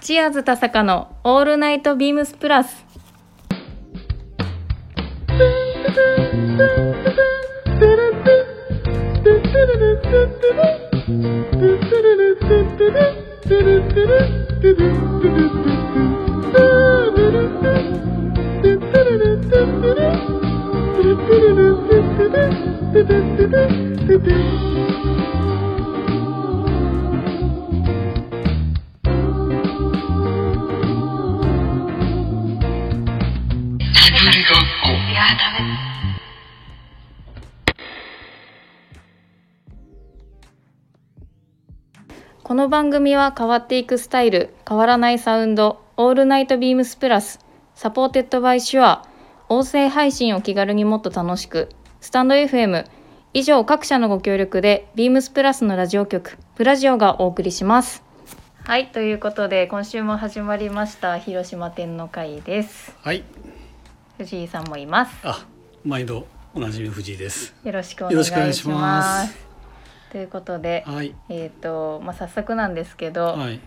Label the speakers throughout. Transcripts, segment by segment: Speaker 1: チアーズ田坂のオールナイトビームスプラス。この番組は変わっていくスタイル、変わらないサウンド、オールナイトビームスプラス、サポーテッドバイシュア、音声配信を気軽にもっと楽しく、スタンド FM、以上各社のご協力で、ビームスプラスのラジオ局、プラジオがお送りします。はい、ということで、今週も始まりました、広島店の会です。
Speaker 2: はい、
Speaker 1: 藤井さんもいます。
Speaker 2: あ、毎度おなじみの藤井です。
Speaker 1: よろしく
Speaker 2: よ
Speaker 1: お願
Speaker 2: ろ
Speaker 1: い
Speaker 2: し
Speaker 1: し
Speaker 2: くお願
Speaker 1: ま
Speaker 2: い
Speaker 1: す。
Speaker 2: します。
Speaker 1: ということで、
Speaker 2: はい、
Speaker 1: えっ、と、まあ、早速なんですけど、
Speaker 2: はい、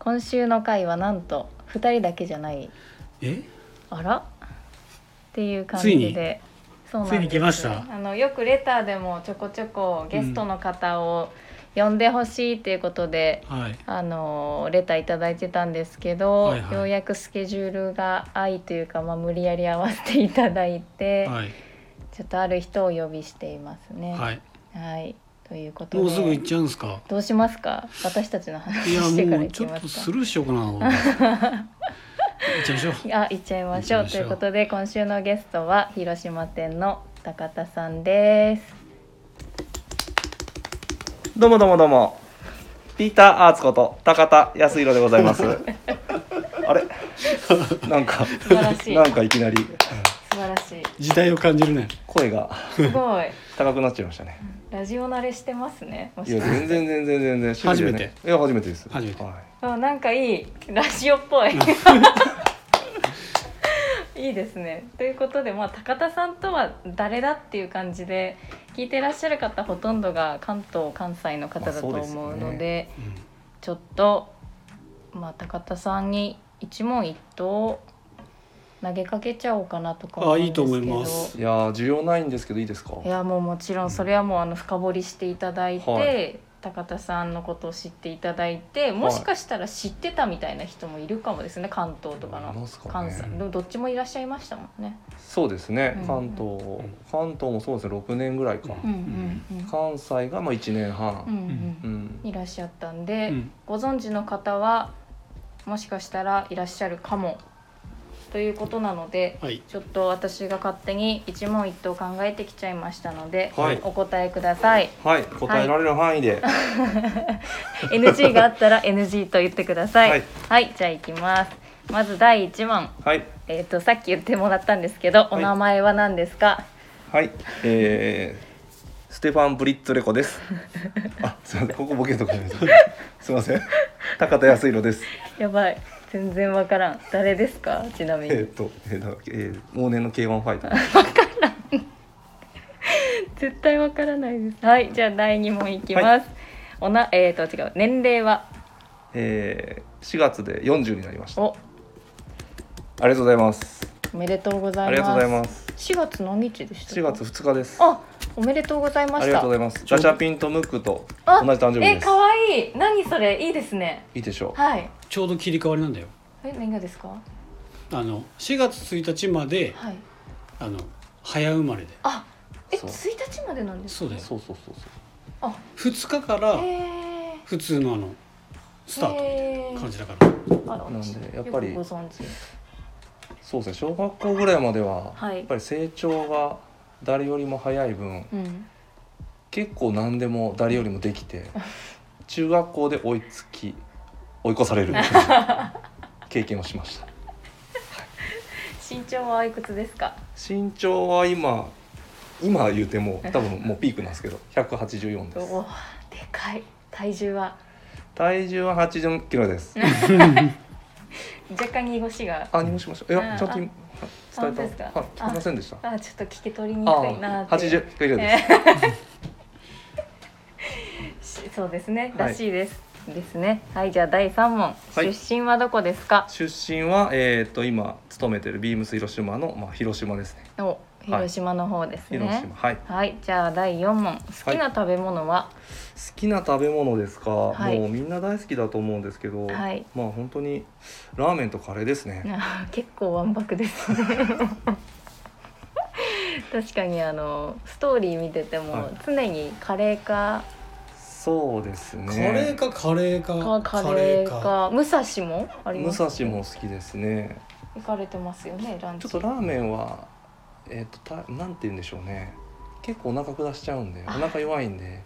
Speaker 1: 今週の回はなんと2人だけじゃない
Speaker 2: え、
Speaker 1: あらっていう感じでそうなんです
Speaker 2: ついに来ました
Speaker 1: あのよくレターでもちょこちょこゲストの方を呼んでほしいっていうことで、
Speaker 2: はい、
Speaker 1: あのレターいただいてたんですけど、
Speaker 2: はいはい
Speaker 1: ようやくスケジュールが合いというか、まあ、無理やり合わせていただいて、
Speaker 2: はい、
Speaker 1: ちょっとある人をお呼びしていますね。、
Speaker 2: はいい、
Speaker 1: ということで
Speaker 2: もうすぐ行っちゃうんですか。
Speaker 1: どうしますか私たちの話
Speaker 2: いや、
Speaker 1: してか
Speaker 2: も
Speaker 1: ら
Speaker 2: う
Speaker 1: 行
Speaker 2: ち
Speaker 1: き
Speaker 2: ょっ
Speaker 1: ま
Speaker 2: と
Speaker 1: すか
Speaker 2: スルーしようかな。俺行っちゃいましょう。
Speaker 1: あ、行っちゃいましょう
Speaker 2: 行っ
Speaker 1: と
Speaker 2: ちゃ
Speaker 1: い
Speaker 2: いうましょう
Speaker 1: ことで今週のゲストは広島店の高田さんです。
Speaker 3: どうもどうもどうも。ピーター・アーツこと高田康弘でござ います。あれなんか
Speaker 1: 素晴らしい
Speaker 3: なんかいきなり
Speaker 1: 素晴らしい。
Speaker 2: 時代を感じるね。
Speaker 3: 声が
Speaker 1: すごい。
Speaker 3: 高くなっちゃいましたね。
Speaker 1: ラジオ慣れしてますね。も
Speaker 3: い
Speaker 1: し
Speaker 3: や
Speaker 1: かして
Speaker 3: 全然全然全然趣味でね。いや初めてです。
Speaker 2: 初めて
Speaker 3: はい。
Speaker 1: あ、なんかいいラジオっぽい。 いいですね。ということで、まあ高田さんとは誰だっていう感じで聞いてらっしゃる方ほとんどが関東関西の方だと思う
Speaker 3: まあそうですよ
Speaker 1: の
Speaker 3: ね
Speaker 1: で、
Speaker 2: うん
Speaker 1: ちょっと、まあ、高田さんに一問一答投げかけちゃおうかなとか思うんですけど
Speaker 2: あいいと思います
Speaker 3: いやー需要ないんですけどいいですか。
Speaker 1: いやもうもちろんそれはもうあの深掘りしていただいて、
Speaker 3: はい
Speaker 1: 高田さんのことを知っていただいてもしかしたら知ってたみたいな人もいるかもですね関東とか
Speaker 3: い
Speaker 1: の
Speaker 3: ますかね
Speaker 1: 関西どどっちもいらっしゃいましたもんね。
Speaker 3: そうですね
Speaker 1: うん。
Speaker 3: 関東関東もそうですね六年ぐらいか。
Speaker 2: うん
Speaker 1: うん
Speaker 3: 関西がまあ一年
Speaker 1: う
Speaker 3: 半。
Speaker 1: ん
Speaker 3: う
Speaker 1: うん
Speaker 3: ん。
Speaker 1: いらっしゃったんで、
Speaker 2: うん
Speaker 1: ご存知の方はもしかしたらいらっしゃるかもということなので、
Speaker 2: はい、
Speaker 1: ちょっと私が勝手に一問一答考えてきちゃいましたので、
Speaker 3: はい
Speaker 1: お答えください
Speaker 3: はい答えられる範囲 で。
Speaker 1: NG があったら NG と言ってくださいは
Speaker 3: はいい、
Speaker 1: じゃあいきますまず第一問
Speaker 3: はい。
Speaker 1: えっ、とさっき言ってもらったんですけど、
Speaker 3: い
Speaker 1: お名前は何ですか
Speaker 3: はい、えー、ステファン・ブリッツレコ です。あ、すみません、ここボケとかじゃないです。 すみません、高田康弘です。
Speaker 1: やばい全然わからん誰ですかちなみ
Speaker 3: えー
Speaker 1: に
Speaker 3: っと、えーなんだっけえー往年の K1 ファイターです。
Speaker 1: 絶対わからないですはいじゃあ第二問いきます、
Speaker 3: は
Speaker 1: おなえっ、と違う年齢は
Speaker 3: えー、4月で40になりました。あ
Speaker 1: お
Speaker 3: りがとうございます。
Speaker 1: おめでとうございます
Speaker 3: ありがとうございます。
Speaker 1: 4月何日でした
Speaker 3: 4月2日です。
Speaker 1: あ、おめでとうございま
Speaker 3: あ
Speaker 1: し
Speaker 3: りがとうご
Speaker 1: た。
Speaker 3: ざいます。ガチャピンとムックと同
Speaker 1: あ
Speaker 3: じ誕生日
Speaker 1: え、
Speaker 3: です。
Speaker 1: 可愛い何それ、いいですね。
Speaker 3: いいでしょ
Speaker 1: はい。
Speaker 2: ちょうど切り替わりなんだよ。
Speaker 1: え、何がですか。
Speaker 2: あの、4月1日まで、
Speaker 1: はい。
Speaker 2: あの、早生まれで。
Speaker 1: あ、え、
Speaker 3: そう
Speaker 1: 一日までなんですか。
Speaker 2: そうだ
Speaker 3: う。
Speaker 2: よ。
Speaker 3: そうそうそうそう。
Speaker 1: あ、
Speaker 2: 2日から
Speaker 1: へえ。
Speaker 2: 普通のあの、スタートみたいな感じだから。
Speaker 1: あら、
Speaker 3: なんでやっぱり
Speaker 1: よくご存知。
Speaker 3: そうですね。小学校ぐらいまでは、
Speaker 1: はい
Speaker 3: やっぱり成長が誰よりも早い分、
Speaker 1: うん。
Speaker 3: 結構何でも誰よりもでき て中学校で追いつき追い越さ れる経験をしました
Speaker 1: 身長はいくつですか。
Speaker 3: 身長は今今言うても多分もうピークなんですけど184
Speaker 1: お
Speaker 3: です
Speaker 1: お、でかい。体重は。
Speaker 3: 体重は80キロです
Speaker 1: 若干濁しが。
Speaker 3: あ入しましたい
Speaker 1: うん
Speaker 3: やちゃんと
Speaker 1: あ
Speaker 3: 伝
Speaker 1: 本当で
Speaker 3: え
Speaker 1: す
Speaker 3: た
Speaker 1: か
Speaker 3: はい聞きませんでしたあ
Speaker 1: あ、ちょっと聞き取りにくいなー
Speaker 3: あ
Speaker 1: って。
Speaker 3: 80キロです
Speaker 1: えー しそうですね、
Speaker 3: はい
Speaker 1: らしいです。ですねはいじゃあ第3問、
Speaker 3: はい
Speaker 1: 出身はどこですか
Speaker 3: 出身は、えー、と今勤めてるビームス広島の、まあ、広島ですね
Speaker 1: お広島の方ですね、
Speaker 3: 広島、はい好
Speaker 1: はい、じゃあ第4問好きな食べ物は、
Speaker 3: きな食べ物ですか、
Speaker 1: い
Speaker 3: もうみんな大好きだと思うんですけど、
Speaker 1: はい
Speaker 3: まあ本当にラーメンとカレーですね、
Speaker 1: あー 結構わんぱく ですね確かにあのストーリー見てて
Speaker 3: は
Speaker 1: も
Speaker 3: い
Speaker 1: 常にカレーか、
Speaker 3: そうですね
Speaker 2: カレーかカレー
Speaker 1: か
Speaker 2: か
Speaker 1: カレーか武蔵もありま
Speaker 3: 武
Speaker 1: す
Speaker 3: 蔵も好きですね
Speaker 1: 行かれてますよねラン
Speaker 3: ちょ
Speaker 1: チ
Speaker 3: っとラーメンはえっ、とたなんて言うんでしょうね結構お腹下しちゃうんでお
Speaker 1: あ
Speaker 3: 腹弱いんで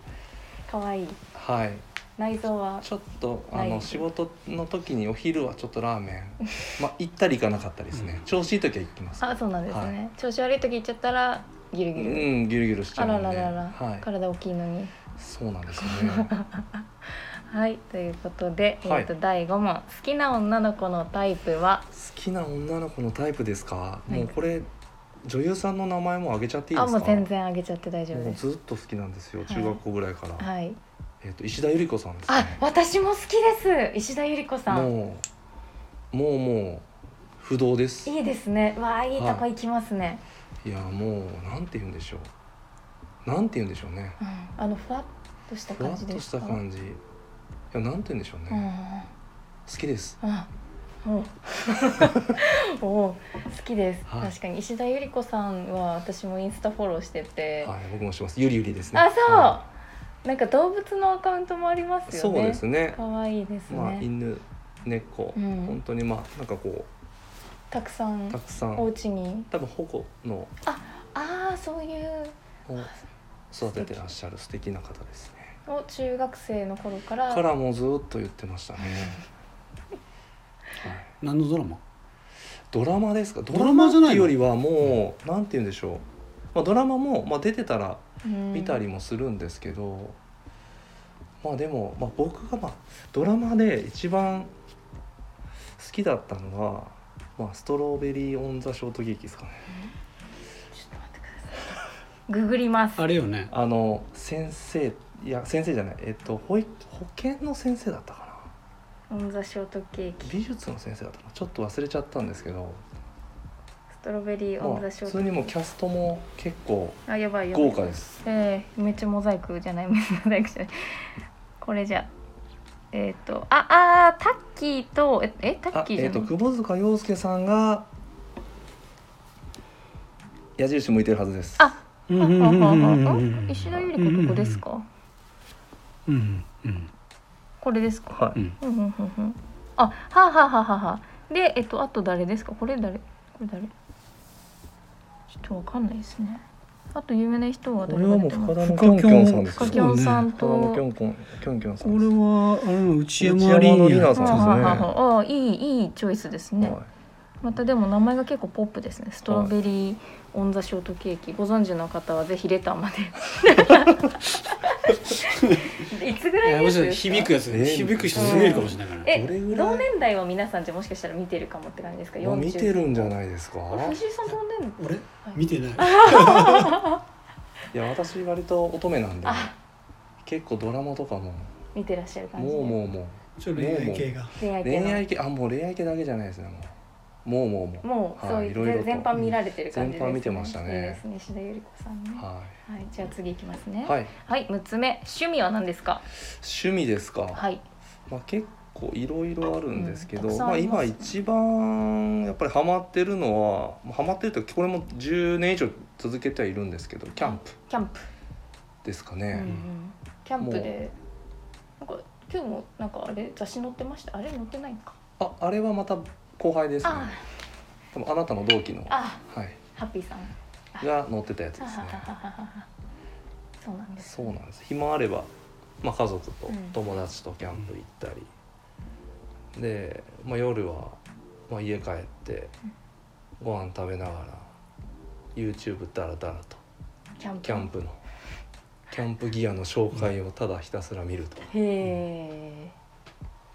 Speaker 1: かわいい
Speaker 3: はい
Speaker 1: 内臓は
Speaker 3: ちょっとあ
Speaker 1: ない
Speaker 3: の仕事の時にお昼はちょっ とラーメンまあ行ったり行かなかったりですね、
Speaker 2: うん
Speaker 3: 調子いい時は行きます
Speaker 1: あそうなんですね、調子悪い時行っちゃったらギル
Speaker 3: う
Speaker 1: ギル、
Speaker 3: んギュルギュルしちゃ
Speaker 1: あ
Speaker 3: う
Speaker 1: ら
Speaker 3: んで
Speaker 1: ららら、
Speaker 3: はい
Speaker 1: 体大きいのに
Speaker 3: そうなんですよ ね
Speaker 1: はいということで、
Speaker 3: はい
Speaker 1: えっと第5問好きな女の子のタイプは
Speaker 3: 好きな女の子のタイプですか、
Speaker 1: い
Speaker 3: もうこれ女優さんの名前も挙げちゃっていい
Speaker 1: あ
Speaker 3: です
Speaker 1: も
Speaker 3: か
Speaker 1: う全然あげちゃって大丈夫
Speaker 3: もう
Speaker 1: です
Speaker 3: ずっと好きなんですよ
Speaker 1: い
Speaker 3: 中学校ぐらいから、
Speaker 1: はい
Speaker 3: えっ、と石田ゆり子さんです
Speaker 1: あ
Speaker 3: ね
Speaker 1: 私も好きです石田ゆり子さん
Speaker 3: もうもうもう不動です
Speaker 1: いいですねわあいいとこ行きますね、
Speaker 3: いやもうなんて言うんでしょうなんて言うんでしょうね
Speaker 1: うん、あのふわっとした
Speaker 3: ふわ
Speaker 1: 感
Speaker 3: っ
Speaker 1: じ
Speaker 3: と
Speaker 1: で
Speaker 3: し
Speaker 1: すか
Speaker 3: た感じいやなんて言うんでしょうね、
Speaker 1: うんうん
Speaker 3: 好きです
Speaker 1: うんうんおお好きです、
Speaker 3: はい
Speaker 1: 確かに石田ゆり子さんは私もインスタフォローしてて、
Speaker 3: はい僕もしますゆりゆりですね
Speaker 1: あそう、
Speaker 3: は
Speaker 1: なんか動物のアカウントもありますよ
Speaker 3: い
Speaker 1: ね
Speaker 3: そうですね
Speaker 1: 可愛いですね、
Speaker 3: まあ犬猫、
Speaker 1: うん
Speaker 3: 本当にまあなんかこ
Speaker 1: たくさん
Speaker 3: うたくさん
Speaker 1: お家に
Speaker 3: 多分保護の
Speaker 1: ああそういう
Speaker 3: を育ててらっしゃる素敵な方ですね
Speaker 1: を中学生の頃から
Speaker 3: からもうずっと言ってましたね、はい、
Speaker 2: 何のドラマ
Speaker 3: ドラマですかド
Speaker 2: ラマ
Speaker 3: ラマじゃない
Speaker 2: じゃ
Speaker 3: よ
Speaker 2: ないの
Speaker 3: りはもうなんて言うんでしょう、まあ、ドラマも、まあ、出てたら
Speaker 1: うん
Speaker 3: 見たりもするんですけど、まあでも、まあ、僕が、まあ、ドラマで一番好きだったのは、まあ、ストロベリー・オン・ザ・ショートケーキですかね
Speaker 1: ちょっと待ってください。ググります。
Speaker 2: あれよね
Speaker 3: あの先生いや先生じゃないえっと保育保健の先生だったか
Speaker 1: オンザショートケー
Speaker 3: な
Speaker 1: キ。
Speaker 3: 美術の先生だったかなちょっと忘れちゃったんですけど、
Speaker 1: ストロベリー
Speaker 3: ま
Speaker 1: オ
Speaker 3: あ、
Speaker 1: ンザショ
Speaker 3: 普
Speaker 1: ート
Speaker 3: 通にもうキャストも結構
Speaker 1: あ、やばいよ。
Speaker 3: 豪華です
Speaker 1: ええめっちゃモザイクじゃない、めっちゃモザイクじゃない。これじゃ。えっ、と、あ、あー、タッキーと、え、えタッ
Speaker 3: あ、
Speaker 1: キーじ
Speaker 3: え
Speaker 1: ゃ
Speaker 3: っ
Speaker 1: な
Speaker 3: と
Speaker 1: い。
Speaker 3: 窪塚洋介さんが矢印向いてるはずです。
Speaker 1: あ、
Speaker 2: うん
Speaker 1: は
Speaker 2: うん
Speaker 1: は
Speaker 2: うん
Speaker 1: は
Speaker 2: うん
Speaker 1: は
Speaker 2: うんうん
Speaker 1: は石田ゆり子どこですか。
Speaker 2: うんうん
Speaker 1: これですか。
Speaker 3: は
Speaker 2: う
Speaker 3: い。
Speaker 2: ん
Speaker 1: うんうんうんうん。あ、はあ、はあはあはあはあ。で、えっと、あと誰ですか。これ誰。これ誰。ちょっとわかんないですね。あと有名な人は
Speaker 3: こ
Speaker 1: 誰
Speaker 3: れ
Speaker 1: が
Speaker 3: は
Speaker 1: 出
Speaker 3: も
Speaker 1: てます
Speaker 3: う深田のキョンキョンさんです
Speaker 1: か
Speaker 3: よ。
Speaker 1: きょんさん
Speaker 3: 深田のキョ
Speaker 1: と。
Speaker 3: ンキョンキョンキョンさん
Speaker 2: 俺
Speaker 3: です。
Speaker 2: はあれの内
Speaker 3: 内
Speaker 2: 山
Speaker 3: 山
Speaker 2: リ
Speaker 3: の
Speaker 2: ー
Speaker 3: リー
Speaker 2: ナ
Speaker 3: ナ
Speaker 1: あ
Speaker 3: さん
Speaker 2: さん
Speaker 3: ですね
Speaker 1: あああいいいいチョイスですね、
Speaker 3: はい
Speaker 1: またでも名前が結構ポップですねストロベリーオンザショートケーキご存知の方はぜひレターまでいつぐらいのや
Speaker 2: も
Speaker 1: つ
Speaker 2: しかしたら
Speaker 1: ですか
Speaker 2: 響くやつ
Speaker 3: えー
Speaker 2: 響く人すげえかもしれないから
Speaker 1: え
Speaker 3: どれぐらい
Speaker 1: 同年代は皆さんじゃもしかしたら見てるかもって感じですか
Speaker 3: まあ見てるんじゃ
Speaker 1: い
Speaker 3: ないですか。
Speaker 1: 藤井さん同年代
Speaker 2: 俺
Speaker 1: はい
Speaker 2: 見てない
Speaker 3: いや私割と乙女なんで
Speaker 1: あ
Speaker 3: 結構ドラマとかも
Speaker 1: 見てらっしゃる感じで
Speaker 3: もうもうも
Speaker 2: ちょっと恋愛系が
Speaker 1: 恋
Speaker 3: う
Speaker 1: 愛系の
Speaker 3: 恋愛系あもう恋愛系だけじゃないですねもうもうもうもう
Speaker 1: もうそう
Speaker 3: はい
Speaker 1: いう
Speaker 3: いろいろと
Speaker 1: 全般見られてる感じです、
Speaker 3: 全般見てましたね
Speaker 1: いいですね石田ゆり子さんねは、
Speaker 3: はい
Speaker 1: じゃあ次いきますね
Speaker 3: いはい
Speaker 1: はい、六つ目、趣味は何ですか。
Speaker 3: 趣味ですか。
Speaker 1: はい。
Speaker 3: まあ、結構いろいろあるんですけど、
Speaker 1: うんたくさん
Speaker 3: ま
Speaker 1: あ
Speaker 3: あ、
Speaker 1: ります
Speaker 3: 今一番やっぱりハマってるのはまあハマってるというかこれも10年以上続けてはいるんですけどキャンプ
Speaker 1: キャンプ。
Speaker 3: ですか
Speaker 1: うんう
Speaker 3: ね、
Speaker 1: んキャンプで。なんか、今日も、なんかあれ、雑誌載ってました。あれ載ってないのか。
Speaker 3: ああれはまた後輩ですね
Speaker 1: あ
Speaker 3: 多分あなたの同期の、は
Speaker 1: あ、
Speaker 3: い、
Speaker 1: ハッピーさん。
Speaker 3: が乗ってたや
Speaker 1: あ
Speaker 3: つで
Speaker 1: は
Speaker 3: すね
Speaker 1: ははは そうなんです。
Speaker 3: そうなんです暇あれば、まあ、家族と
Speaker 1: うん
Speaker 3: 友達とキャンプ行ったり、で、まあ、夜は、まあ、家帰ってご飯食べながら YouTube ダラダラと。
Speaker 1: キャンプ。
Speaker 3: キャンプのキャンプギアの紹介をただひたすら見るとか
Speaker 1: へえ。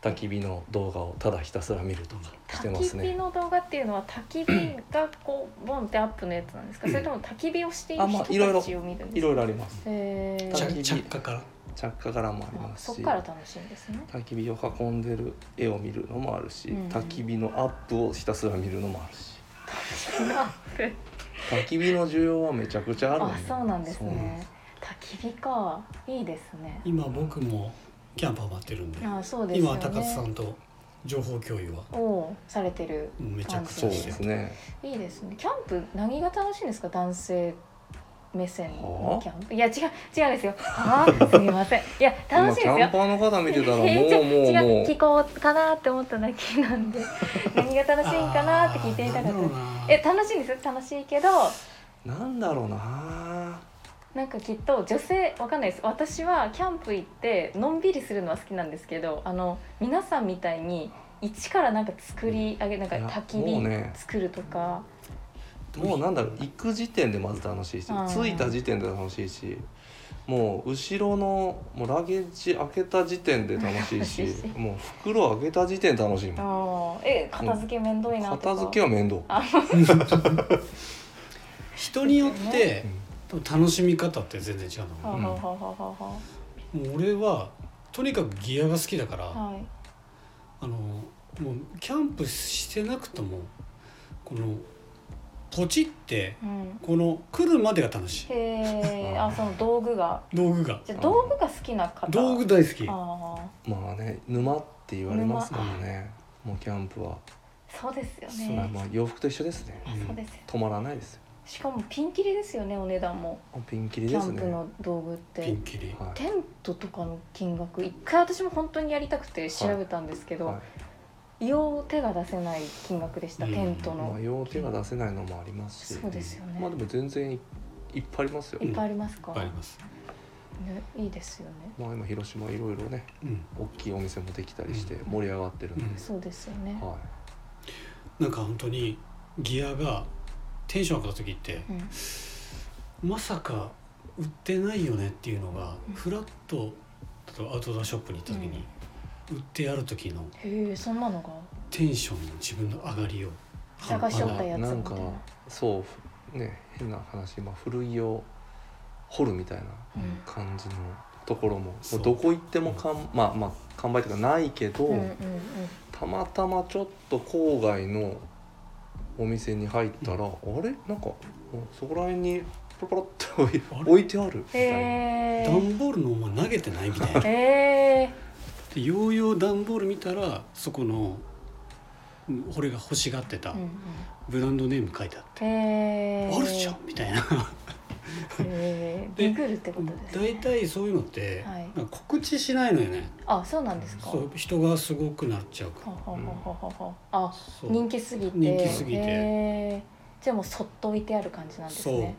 Speaker 3: 焚き火の動画をただひたすら見るとかして
Speaker 1: 焚
Speaker 3: ま
Speaker 1: き
Speaker 3: す
Speaker 1: 火
Speaker 3: ね。
Speaker 1: の動画っていうのは焚き火がこうボンってアップのやつなんですかそれとも焚き火をしている
Speaker 3: あまあいろい
Speaker 1: 人
Speaker 3: ろ
Speaker 1: たちを見るん
Speaker 3: い
Speaker 1: ですか
Speaker 3: ろいろあります。
Speaker 1: へ
Speaker 2: 着
Speaker 3: 焚
Speaker 1: ー
Speaker 3: き火
Speaker 2: 着火から
Speaker 3: 着火柄もあり
Speaker 1: あ
Speaker 3: ます
Speaker 1: そっ
Speaker 3: し
Speaker 1: から楽しいんですね
Speaker 3: 焚き火を囲んでる絵を見るのもあるし、
Speaker 1: うんうん
Speaker 3: 焚き火のアップをひたすら見るのもあるし焚き火の需要はめちゃくちゃある
Speaker 1: あそうなんです
Speaker 3: そうなん
Speaker 1: ね
Speaker 3: です
Speaker 1: 焚き火かいいですね
Speaker 4: 今僕もキャンパー待ってるんで
Speaker 1: あそうですよ
Speaker 4: 今
Speaker 1: ね
Speaker 4: 高津さんと情報共有は
Speaker 1: をされてる
Speaker 4: めちゃくち
Speaker 3: そう
Speaker 4: ゃ
Speaker 3: で
Speaker 4: して
Speaker 3: す
Speaker 4: る
Speaker 3: ね
Speaker 1: いいですねキャンプ何が楽しいんですか男性目線
Speaker 3: は
Speaker 1: の
Speaker 3: あ
Speaker 1: キャンプいや違う違うですよああすみませんいや楽しいです
Speaker 3: 今キャ
Speaker 1: よ
Speaker 3: ンパーの方見てたらもう
Speaker 1: 違う
Speaker 3: もうも
Speaker 1: 違う聞こうかなって思っただけなんで何が楽しいんかなって聞いてみたか
Speaker 4: あーな
Speaker 1: っ
Speaker 4: んだろう
Speaker 1: た
Speaker 4: な
Speaker 1: え楽しいんですよ楽しいけど
Speaker 3: うなんだろうな
Speaker 1: なんかきっと女性わかんないです私はキャンプ行ってのんびりするのは好きなんですけどあの皆さんみたいに一からなんか作り上げなんか
Speaker 3: いや
Speaker 1: 焚
Speaker 3: もう
Speaker 1: き
Speaker 3: ね
Speaker 1: 火作るとか、
Speaker 3: もうなんだろう行く時点でまず楽しいし
Speaker 1: うん
Speaker 3: 着いた時点で楽しいしもう後ろのもうラゲッジ開けた時点で楽しいし
Speaker 1: 楽しいし
Speaker 3: もう袋開けた時点で楽しいもん
Speaker 1: あーえ片付けめんどいなとか
Speaker 3: 片付けは面倒、
Speaker 4: 人によって
Speaker 3: うん
Speaker 4: 多分楽しみ方って全然違うと
Speaker 1: はあ
Speaker 4: 思
Speaker 1: はあ
Speaker 3: うん
Speaker 1: はあはあは
Speaker 4: うもう俺はとにかくギアが好きだから、
Speaker 1: あはい
Speaker 4: あのもうキャンプしてなくともこのポチって
Speaker 1: うん
Speaker 4: この来るまでが楽し
Speaker 1: へえあその道具が
Speaker 4: い道具が
Speaker 1: じゃあ道具が好きな方
Speaker 4: 道具大好き
Speaker 1: ああ
Speaker 3: まあね沼って言われますからねもうキャンプは、
Speaker 1: そうですよ
Speaker 4: う
Speaker 3: まあ
Speaker 1: ね。
Speaker 3: まあ洋服と一緒ですね
Speaker 1: あそうですよ。
Speaker 3: 止まらないですよ
Speaker 1: しかもピンキリですよね、お値段も。
Speaker 3: もうピンキリ
Speaker 1: キ
Speaker 3: で
Speaker 1: ャ
Speaker 3: す
Speaker 1: ン
Speaker 3: ね
Speaker 1: プの道具っ
Speaker 4: ピ
Speaker 1: て
Speaker 4: ン。キリ
Speaker 3: は
Speaker 1: テントとかの金額、一回私も本当にやりたくて調べたんですけ
Speaker 3: い、
Speaker 1: ど、
Speaker 3: はい
Speaker 1: い、よう手が出せない金額でした、
Speaker 4: うん
Speaker 1: テント
Speaker 3: ま
Speaker 1: の
Speaker 3: あ。用手が出せないのもありますし
Speaker 1: そうですよね。
Speaker 3: まあでも全然いいっぱいありますよ、
Speaker 1: いっぱいあります
Speaker 4: い
Speaker 1: か
Speaker 4: っ。ぱいあります、
Speaker 1: ね、いいですよね。
Speaker 3: まあ今広島いろいろね
Speaker 4: うん、
Speaker 3: 大きいお店もできたりして
Speaker 4: う
Speaker 3: 盛り上がってるんで、
Speaker 4: うん
Speaker 1: そうですよね。
Speaker 3: は
Speaker 4: なんか本当にギアがテンション上がった時って
Speaker 1: うん、
Speaker 4: まさか売ってないよねっていうのがフラッと例えばアウトドアショップに行った時に売ってある時の
Speaker 1: へえ、そんなのが
Speaker 4: テンションの自分の上がりを
Speaker 1: 探し
Speaker 3: い
Speaker 1: ちょっとやつみたいな
Speaker 3: なんかそうふね変な話、まあ、古着を掘るみたいな
Speaker 1: うん
Speaker 3: 感じのところも,、
Speaker 4: そう
Speaker 3: どこ行ってもかんまあまあ完売とかないけど、
Speaker 1: うんうんうん。
Speaker 3: たまたまちょっと郊外のお店に入ったら、あれなんかそこら辺にポロポロって置い
Speaker 4: あれ
Speaker 3: 置いてあるみ
Speaker 1: へ
Speaker 3: たいな。
Speaker 1: え。
Speaker 4: 段ボールのまま投げてないみたいな
Speaker 1: へえ。
Speaker 4: でヨーヨー段ボール見たらそこのうん俺が欲しがってた
Speaker 1: うんうん。
Speaker 4: ブランドネーム書いてあって、
Speaker 1: へえ。
Speaker 4: あるじゃんみたいな
Speaker 1: へー。
Speaker 4: で
Speaker 1: ビグルってことです、ね。
Speaker 4: 大体そういうのって、
Speaker 1: はい
Speaker 4: なんか告知しないのよね
Speaker 1: あ、そうなんですか。
Speaker 4: そう人がすごくなっちゃうか
Speaker 1: はは
Speaker 4: ら
Speaker 1: ははははあ、
Speaker 4: そう
Speaker 1: 人気すぎて。
Speaker 4: 人気すぎて
Speaker 1: へーじゃあもうそっと置いてある感じなんですね。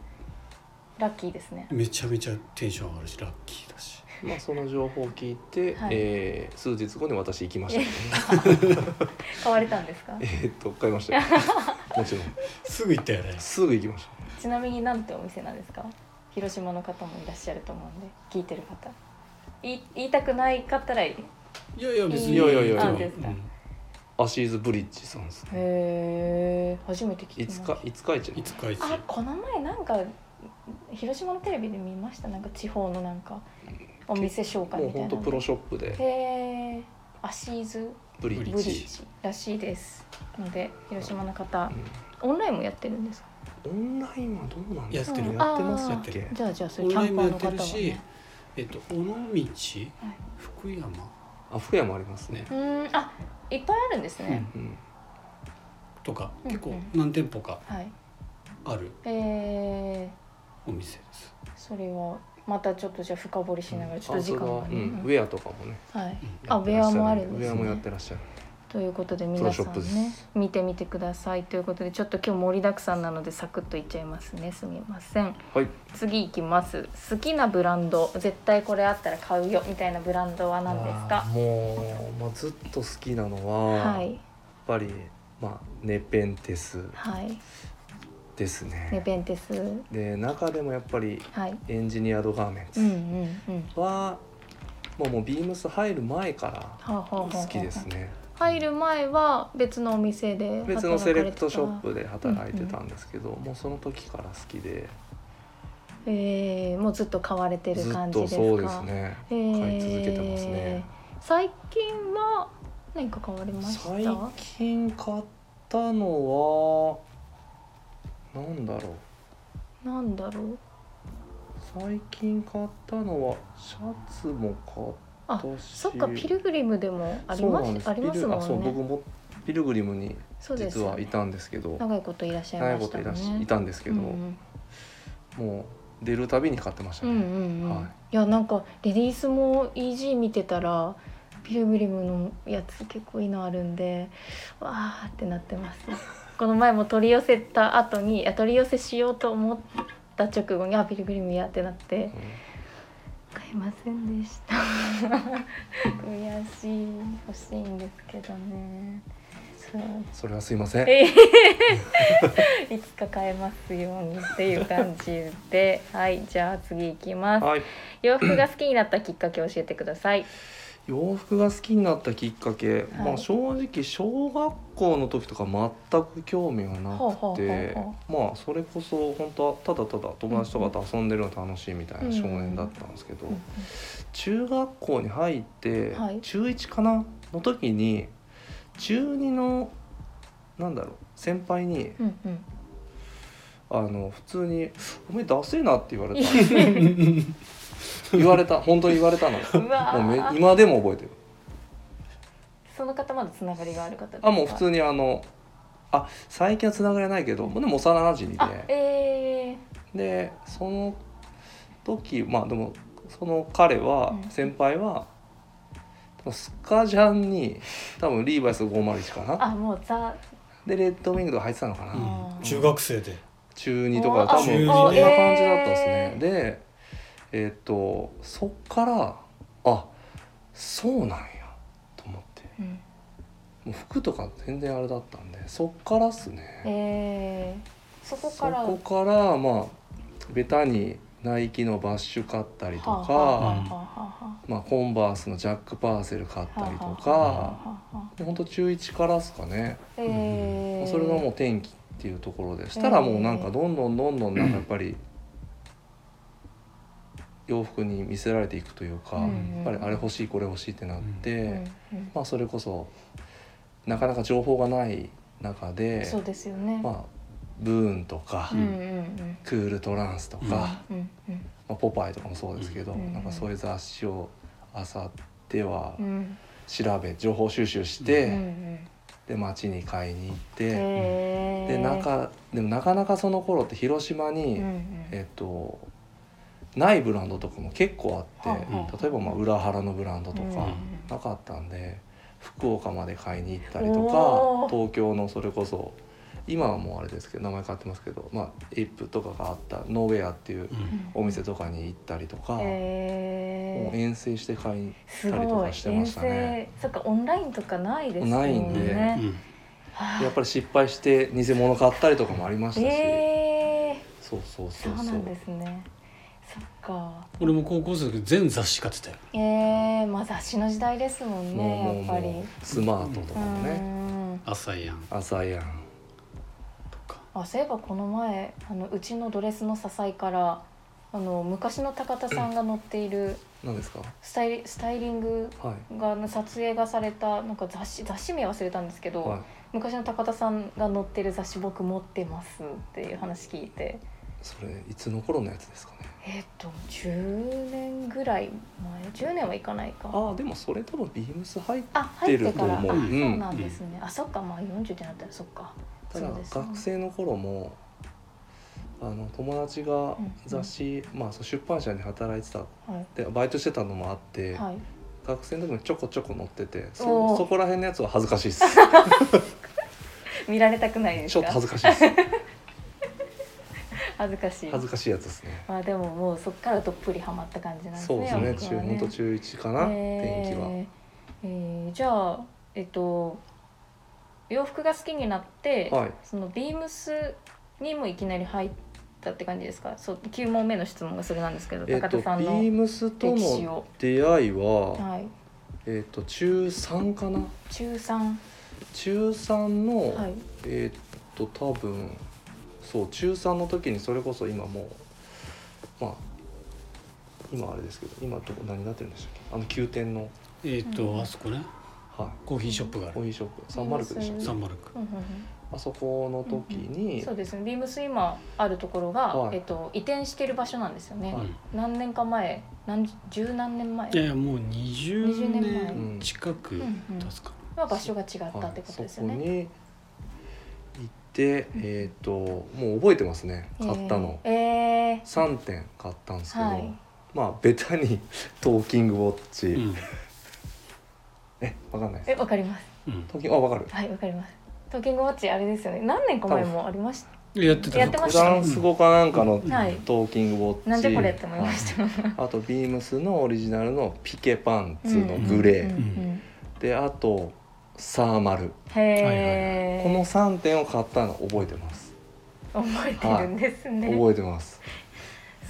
Speaker 1: ラッキーですね。
Speaker 4: めちゃめちゃテンション上がるしラッキーだ し
Speaker 3: まあその情報を聞いて、
Speaker 1: はい
Speaker 3: えー数日後に私行きましたけ
Speaker 1: 買われたんですか
Speaker 3: どね。。 えーっと買い ましたよ。もちろん
Speaker 4: すぐ行ったよね
Speaker 3: すぐ行きました。
Speaker 1: ちなみになんてお店なんですか。広島の方もいらっしゃると思うんで、聞いてる方。い言いたくないかったらいい。
Speaker 4: いやいや別に
Speaker 3: いやいやいやいや
Speaker 4: うん
Speaker 3: あ
Speaker 1: ですか
Speaker 3: アシーズブリッジさんですね。
Speaker 1: へえ、初めて聞き
Speaker 3: い
Speaker 1: ま
Speaker 3: つ
Speaker 1: した
Speaker 3: か。いつかいちゃ
Speaker 4: いつかいつ
Speaker 1: あ、この前なんか。広島のテレビで見ました。なんか地方のなんか。お店紹介
Speaker 3: もう
Speaker 1: みたい
Speaker 3: 本
Speaker 1: な
Speaker 3: 当
Speaker 1: ので。
Speaker 3: プロショップで
Speaker 1: へえ、アシーズ
Speaker 3: ブリ
Speaker 1: ブリ
Speaker 3: ッ
Speaker 1: ッ
Speaker 3: ジ。
Speaker 1: ジらしいです。ので広島の方、オンラインもやってるんですか。
Speaker 3: うんオンラインはどうなんです
Speaker 4: や
Speaker 3: か
Speaker 4: ってる
Speaker 3: やってます
Speaker 1: あー
Speaker 3: やってる
Speaker 1: じゃあじゃあそう
Speaker 4: オ
Speaker 1: いう
Speaker 4: ン
Speaker 1: キ
Speaker 4: ライ
Speaker 1: ャ
Speaker 4: ン
Speaker 1: ン
Speaker 4: も
Speaker 1: パーの方
Speaker 4: やってる
Speaker 1: は、
Speaker 4: し、
Speaker 1: ね。
Speaker 4: えっと尾道
Speaker 1: はい
Speaker 4: 福山
Speaker 3: あ福山ありますね
Speaker 1: う。ーん、あ、いっぱいあるんですね。
Speaker 3: うん
Speaker 4: とか
Speaker 1: うん
Speaker 4: 結構何店舗か
Speaker 1: はい。
Speaker 4: ある
Speaker 1: え
Speaker 4: お店です
Speaker 1: ー、それはまたちょっとじゃあ深掘りしながらちょっと時間
Speaker 3: アウ
Speaker 1: が
Speaker 3: トドアう
Speaker 1: ね。
Speaker 3: んウェアとかもね。
Speaker 1: はい。
Speaker 4: うん
Speaker 1: あ、ウェアもあるん
Speaker 3: ウ
Speaker 1: で
Speaker 3: ェ
Speaker 1: す
Speaker 3: アもやっ
Speaker 1: ね
Speaker 3: て。らっしゃる。
Speaker 1: ということで皆さん
Speaker 3: プロショップ
Speaker 1: ね
Speaker 3: です
Speaker 1: 見てみてくださいということでちょっと今日盛りだくさんなのでサクッといっちゃいますねすみません。
Speaker 3: はい。
Speaker 1: 次いきます好きなブランド絶対これあったら買うよみたいなブランドは何です
Speaker 3: あー
Speaker 1: か
Speaker 3: もう、まあ、ずっと好きなのは、
Speaker 1: は
Speaker 3: やっ
Speaker 1: い
Speaker 3: ぱり、まあ、ネペンテス
Speaker 1: はい
Speaker 3: ですね。
Speaker 1: ネペンテス
Speaker 3: で中でもやっぱり
Speaker 1: はい
Speaker 3: エンジニアドガーメン
Speaker 1: うんうん
Speaker 3: ツ
Speaker 1: うん
Speaker 3: は、もうもうビームス入る前から
Speaker 1: はあはあはあはあ
Speaker 3: 好きですね。
Speaker 1: 入る前は別のお店で
Speaker 3: 別のセレクトショッ
Speaker 1: 働かれて
Speaker 3: プで働いてたんですけど、もうその時から好きで
Speaker 1: えー、もうずっと買われてる
Speaker 3: ずっ
Speaker 1: 感じ
Speaker 3: と
Speaker 1: ですか
Speaker 3: そうですね
Speaker 1: えー
Speaker 3: 買い続けてますね
Speaker 1: 最近は何か買われました
Speaker 3: 最近買ったのはなんだろう
Speaker 1: なんだろう
Speaker 3: 最近買ったのはシャツも買ったし
Speaker 1: そっかピルグリムでもありま
Speaker 3: そうなん
Speaker 1: すありま
Speaker 3: ピ
Speaker 1: す
Speaker 3: ル
Speaker 1: もん
Speaker 3: あそう僕
Speaker 1: ね
Speaker 3: もピルグリムに
Speaker 1: そうです
Speaker 3: 実
Speaker 1: よ
Speaker 3: は
Speaker 1: ね
Speaker 3: いたんですけど
Speaker 1: 長いこといらっしゃい
Speaker 3: 長い
Speaker 1: ま
Speaker 3: こ
Speaker 1: した
Speaker 3: と
Speaker 1: もん
Speaker 3: い
Speaker 1: ね
Speaker 3: らしいたんですけど、
Speaker 1: うん
Speaker 3: もう出るたびに買ってました
Speaker 1: うんう
Speaker 3: ね、
Speaker 1: んうんうん
Speaker 3: はい
Speaker 1: いやなんかレディースも EG 見てたらピルグリムのやつ結構いいのあるんでわーってなってます この前も取り寄せた後にいや取り寄せしようと思った直後にあピルグリムやってなって
Speaker 3: うん
Speaker 1: 買いませんでした悔しい欲しいんですけどねそう
Speaker 3: それはすいません
Speaker 1: えーいつか買えますようにっていう感じではいじゃあ次いきます
Speaker 3: はい
Speaker 1: 洋服が好きになったきっかけを教えてください
Speaker 3: 洋服が好きになったきっかけ、まあ、正直小学校の時とか全く興味がな
Speaker 1: ほうほう
Speaker 3: く
Speaker 1: ほ
Speaker 3: て
Speaker 1: うほ
Speaker 3: まあそれこそ本当はただただ友達とかと遊んでるの楽しいみたいな少年だったんですけど、
Speaker 1: うんうん
Speaker 3: 中学校に入って、
Speaker 1: はい
Speaker 3: 中1かなの時に中2のなんだろう先輩に
Speaker 1: うんうん
Speaker 3: あの普通に「お前ダセえな」って言われた
Speaker 4: う
Speaker 3: 言われた本当に言われたの
Speaker 1: うわ
Speaker 3: もうめ
Speaker 1: ー
Speaker 3: 今でも覚えてる
Speaker 1: その方まだつながりがある方ですか
Speaker 3: あもう普通にあのあ最近はつながれないけどでも幼なじみ
Speaker 1: あ
Speaker 3: で
Speaker 1: え
Speaker 3: でその時まあでもその彼は、
Speaker 1: うん
Speaker 3: 先輩は多分スカジャンに多分リーバイス501か
Speaker 1: ー、あ
Speaker 3: な
Speaker 1: もうザ
Speaker 3: でレッドウィングとか入ってたのかな、
Speaker 1: あー
Speaker 4: ん中学生で
Speaker 3: 中2とか多分そん
Speaker 4: 中
Speaker 3: な
Speaker 4: 二
Speaker 3: 感じだったんです
Speaker 1: え
Speaker 3: ね
Speaker 1: ー。
Speaker 3: でえーっとそっからあそうなんやと思って
Speaker 1: うん
Speaker 3: もう服とか全然あれだったんでそっからっすね。
Speaker 1: えー、そこから
Speaker 3: そこからまあベタにナイキのバッシュ買ったりとか、
Speaker 1: はあはあはあは
Speaker 3: まあ、コンバースのジャック・パーセル買ったりとか、
Speaker 1: は
Speaker 4: あ
Speaker 1: あはあはあはあ
Speaker 3: でほんと中1からっすかね。
Speaker 1: えー、
Speaker 3: それがもう天気っていうところでしたらもうなんかどんどんどんどんなんかやっぱり洋服に見せられていくというか、
Speaker 1: うん
Speaker 3: やっぱりあれ欲しいこれ欲しいってなっ
Speaker 1: う
Speaker 3: て、
Speaker 1: んうん
Speaker 3: まあそれこそなかなか情報がない中で、
Speaker 1: そうですよね、
Speaker 3: まあブーンとか、
Speaker 1: うんうんうん
Speaker 3: クールトランスとか、
Speaker 4: うん
Speaker 3: ま
Speaker 1: うんうん
Speaker 3: あ、ポパイとかもそうですけど、
Speaker 1: うん
Speaker 3: なんかそういう雑誌を漁っては
Speaker 1: うん
Speaker 3: 調べ情報収集して、
Speaker 1: うんうん
Speaker 3: で街に買いに行って。
Speaker 1: えー
Speaker 3: で中でもなかなかその頃って広島に、
Speaker 1: うんうん
Speaker 3: えっとないブランドとかも結構あって、
Speaker 1: は
Speaker 4: あ
Speaker 3: 例えばまあ裏腹のブランドと
Speaker 1: うん
Speaker 3: かなかったんで、福岡まで買いに行ったり
Speaker 1: お
Speaker 3: と
Speaker 1: ー
Speaker 3: か東京のそれこそ今はもうあれですけど名前変わってますけど、まあ、エイプとかがあったノーウェアってい
Speaker 4: う
Speaker 3: う
Speaker 4: ん
Speaker 3: お店とかに行ったりとか、も
Speaker 1: え
Speaker 3: う
Speaker 1: ー
Speaker 3: 遠征して買いに
Speaker 1: す
Speaker 3: 行ったりと
Speaker 1: ごい
Speaker 3: かしてましたね。
Speaker 1: 遠征そっかオンラインとかないですよね
Speaker 3: ないんで
Speaker 4: う
Speaker 1: ね
Speaker 4: ん
Speaker 3: やっぱり失敗して偽物買ったりとかもありましたし、
Speaker 1: えー
Speaker 3: そうそう
Speaker 1: そ
Speaker 3: そうう
Speaker 1: な
Speaker 3: そうん
Speaker 1: ですねそっか
Speaker 4: 俺も高校生の時全雑誌買ってたよ
Speaker 1: えー、まあ雑誌の時代ですもん
Speaker 3: もうも
Speaker 1: ねや
Speaker 3: う
Speaker 1: っぱり
Speaker 3: もうスマートとかも
Speaker 1: う
Speaker 3: ね、
Speaker 1: ん
Speaker 4: 「朝やん
Speaker 3: アサイアン」
Speaker 4: とか
Speaker 1: あそういえばこの前あのうちのドレスの支えからあの昔の高田さんが乗っている
Speaker 3: なんですか
Speaker 1: スタイリスタイリング
Speaker 3: は
Speaker 1: が撮影がされたなんか雑誌雑誌名忘れたんですけ
Speaker 3: い
Speaker 1: ど、
Speaker 3: はい
Speaker 1: 昔の高田さんが載ってる雑誌僕持ってますっていう話聞いて
Speaker 3: それいつの頃のやつですかね
Speaker 1: えっ、と10年ぐらい前10年はいかないか
Speaker 3: ああでもそれ多分ビームス入っ
Speaker 1: あ入ってから
Speaker 3: 出ると思う
Speaker 1: あ
Speaker 3: うん
Speaker 1: そうなんですね、あそっかまあ40ってなったらそっか
Speaker 3: た
Speaker 1: そ
Speaker 3: ら
Speaker 1: うですね
Speaker 3: 学生の頃もあの友達が
Speaker 1: うん
Speaker 3: 雑誌、まあ、そう出版社に働いてた
Speaker 1: はい、
Speaker 3: でバイトしてたのもあって、
Speaker 1: はい、
Speaker 3: 学生の時にちょこちょこ載ってて
Speaker 1: お
Speaker 3: そ
Speaker 1: ー
Speaker 3: そこら辺のやつは恥ず かしいです
Speaker 1: 見られたくないで
Speaker 3: ちょ
Speaker 1: す
Speaker 3: っと
Speaker 1: か
Speaker 3: 恥ずかしいです
Speaker 1: 恥ずかしい
Speaker 3: 恥ずかしいやつですね
Speaker 1: まあでももうそっからどっぷりハマった感じなんですね
Speaker 3: そうです
Speaker 1: 僕
Speaker 3: ね中
Speaker 1: は
Speaker 3: 本当中1かな、
Speaker 1: え
Speaker 3: 天気は
Speaker 1: ーえーじゃあえっと洋服が好きになって、
Speaker 3: はい
Speaker 1: そのビームスにもいきなり入ったって感じですかそう9問目の質問がそれなんですけど、
Speaker 3: えっ
Speaker 1: 高
Speaker 3: と
Speaker 1: 田
Speaker 3: ビ
Speaker 1: さんの
Speaker 3: ームスと
Speaker 1: 歴史
Speaker 3: の
Speaker 1: を
Speaker 3: 出会いは、
Speaker 1: はい
Speaker 3: えっ、と中3かな
Speaker 1: 中3
Speaker 3: 中3の、
Speaker 1: はい
Speaker 3: えっ、と多分そう中3の時にそれこそ今もうまあ今あれですけど今どこ何になってるんでしたっけあの宮殿の
Speaker 4: えっ、と、
Speaker 1: うん
Speaker 4: あそこね
Speaker 3: は
Speaker 4: コーヒーショップがあ
Speaker 3: いコー
Speaker 4: る
Speaker 3: ヒーショップサンマルクでしたっけ
Speaker 4: サンマルク
Speaker 1: うんうんうん
Speaker 3: あそこの時に、
Speaker 1: そうですねビームス今あるところが、
Speaker 3: はい
Speaker 1: えっと、移転してる場所なんですよね、
Speaker 3: は
Speaker 4: うん
Speaker 1: 何年か前何十何年前
Speaker 4: いやいやもう20
Speaker 1: 20年前
Speaker 4: 年近く
Speaker 1: うんうん
Speaker 4: 経つか
Speaker 1: は場所が違った
Speaker 3: はい
Speaker 1: ってことですよね、
Speaker 3: そこに行ってえっ、ともう覚えてますね買ったの、
Speaker 1: えーえ
Speaker 3: 3点買ったんですけど、
Speaker 1: はい
Speaker 3: まあベタに トーキングウォッチ、
Speaker 4: な、うん
Speaker 3: えわかんない
Speaker 1: ー
Speaker 3: です
Speaker 1: えわかります
Speaker 4: うん
Speaker 3: トーキングあわかる
Speaker 1: はいわかりますトーキングウォッチあれですよね何年か前もありまし
Speaker 4: やってた
Speaker 1: やってま
Speaker 3: フ
Speaker 1: した
Speaker 3: ランス語かなんかの
Speaker 4: うん
Speaker 1: はい
Speaker 3: トーキングウォッチ、
Speaker 1: たなんじゃこれって思いました、
Speaker 3: あとビームスのオリジナルのピケパンツのグレー、
Speaker 1: うんうん
Speaker 3: であとサーマル
Speaker 1: うんへえ、
Speaker 3: この3点を買ったの覚えてます
Speaker 1: 覚えてるんですね、
Speaker 3: 覚えてます